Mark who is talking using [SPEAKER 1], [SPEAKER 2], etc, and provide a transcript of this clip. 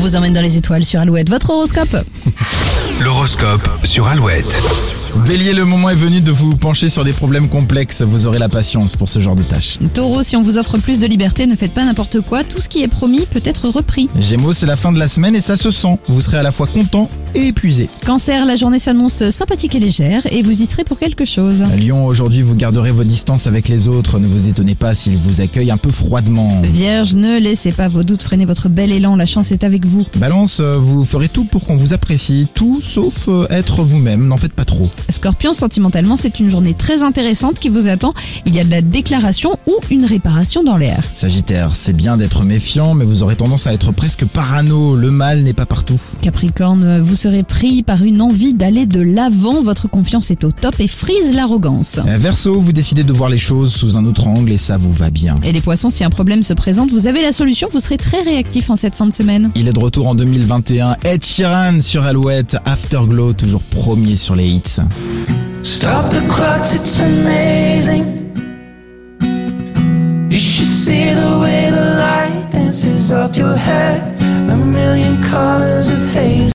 [SPEAKER 1] vous emmène dans les étoiles sur Alouette. Votre horoscope
[SPEAKER 2] L'horoscope sur Alouette.
[SPEAKER 3] Bélier, le moment est venu de vous pencher sur des problèmes complexes. Vous aurez la patience pour ce genre de tâches.
[SPEAKER 1] Taureau, si on vous offre plus de liberté, ne faites pas n'importe quoi. Tout ce qui est promis peut être repris.
[SPEAKER 3] Gémeaux, c'est la fin de la semaine et ça se sent. Vous serez à la fois content et épuisé.
[SPEAKER 1] Cancer, la journée s'annonce sympathique et légère et vous y serez pour quelque chose.
[SPEAKER 3] Lyon, aujourd'hui, vous garderez vos distances avec les autres. Ne vous étonnez pas s'ils vous accueillent un peu froidement.
[SPEAKER 1] Vierge, ne laissez pas vos doutes freiner votre bel élan. La chance est avec vous.
[SPEAKER 3] Balance, euh, vous ferez tout pour qu'on vous apprécie, tout sauf euh, être vous-même. N'en faites pas trop.
[SPEAKER 1] Scorpion, sentimentalement, c'est une journée très intéressante qui vous attend. Il y a de la déclaration ou une réparation dans l'air.
[SPEAKER 3] Sagittaire, c'est bien d'être méfiant, mais vous aurez tendance à être presque parano. Le mal n'est pas partout.
[SPEAKER 1] Capricorne, vous serez pris par une envie d'aller de l'avant. Votre confiance est au top et frise l'arrogance.
[SPEAKER 3] Euh, Verseau, vous décidez de voir les choses sous un autre angle et ça vous va bien.
[SPEAKER 1] Et les poissons, si un problème se présente, vous avez la solution, vous serez très réactif en cette fin de semaine.
[SPEAKER 3] Il est de retour en 2021. Ed Sheeran sur Alouette, Afterglow, toujours premier sur les hits.
[SPEAKER 4] Stop the clocks, it's amazing. You should see the way the light dances up your head.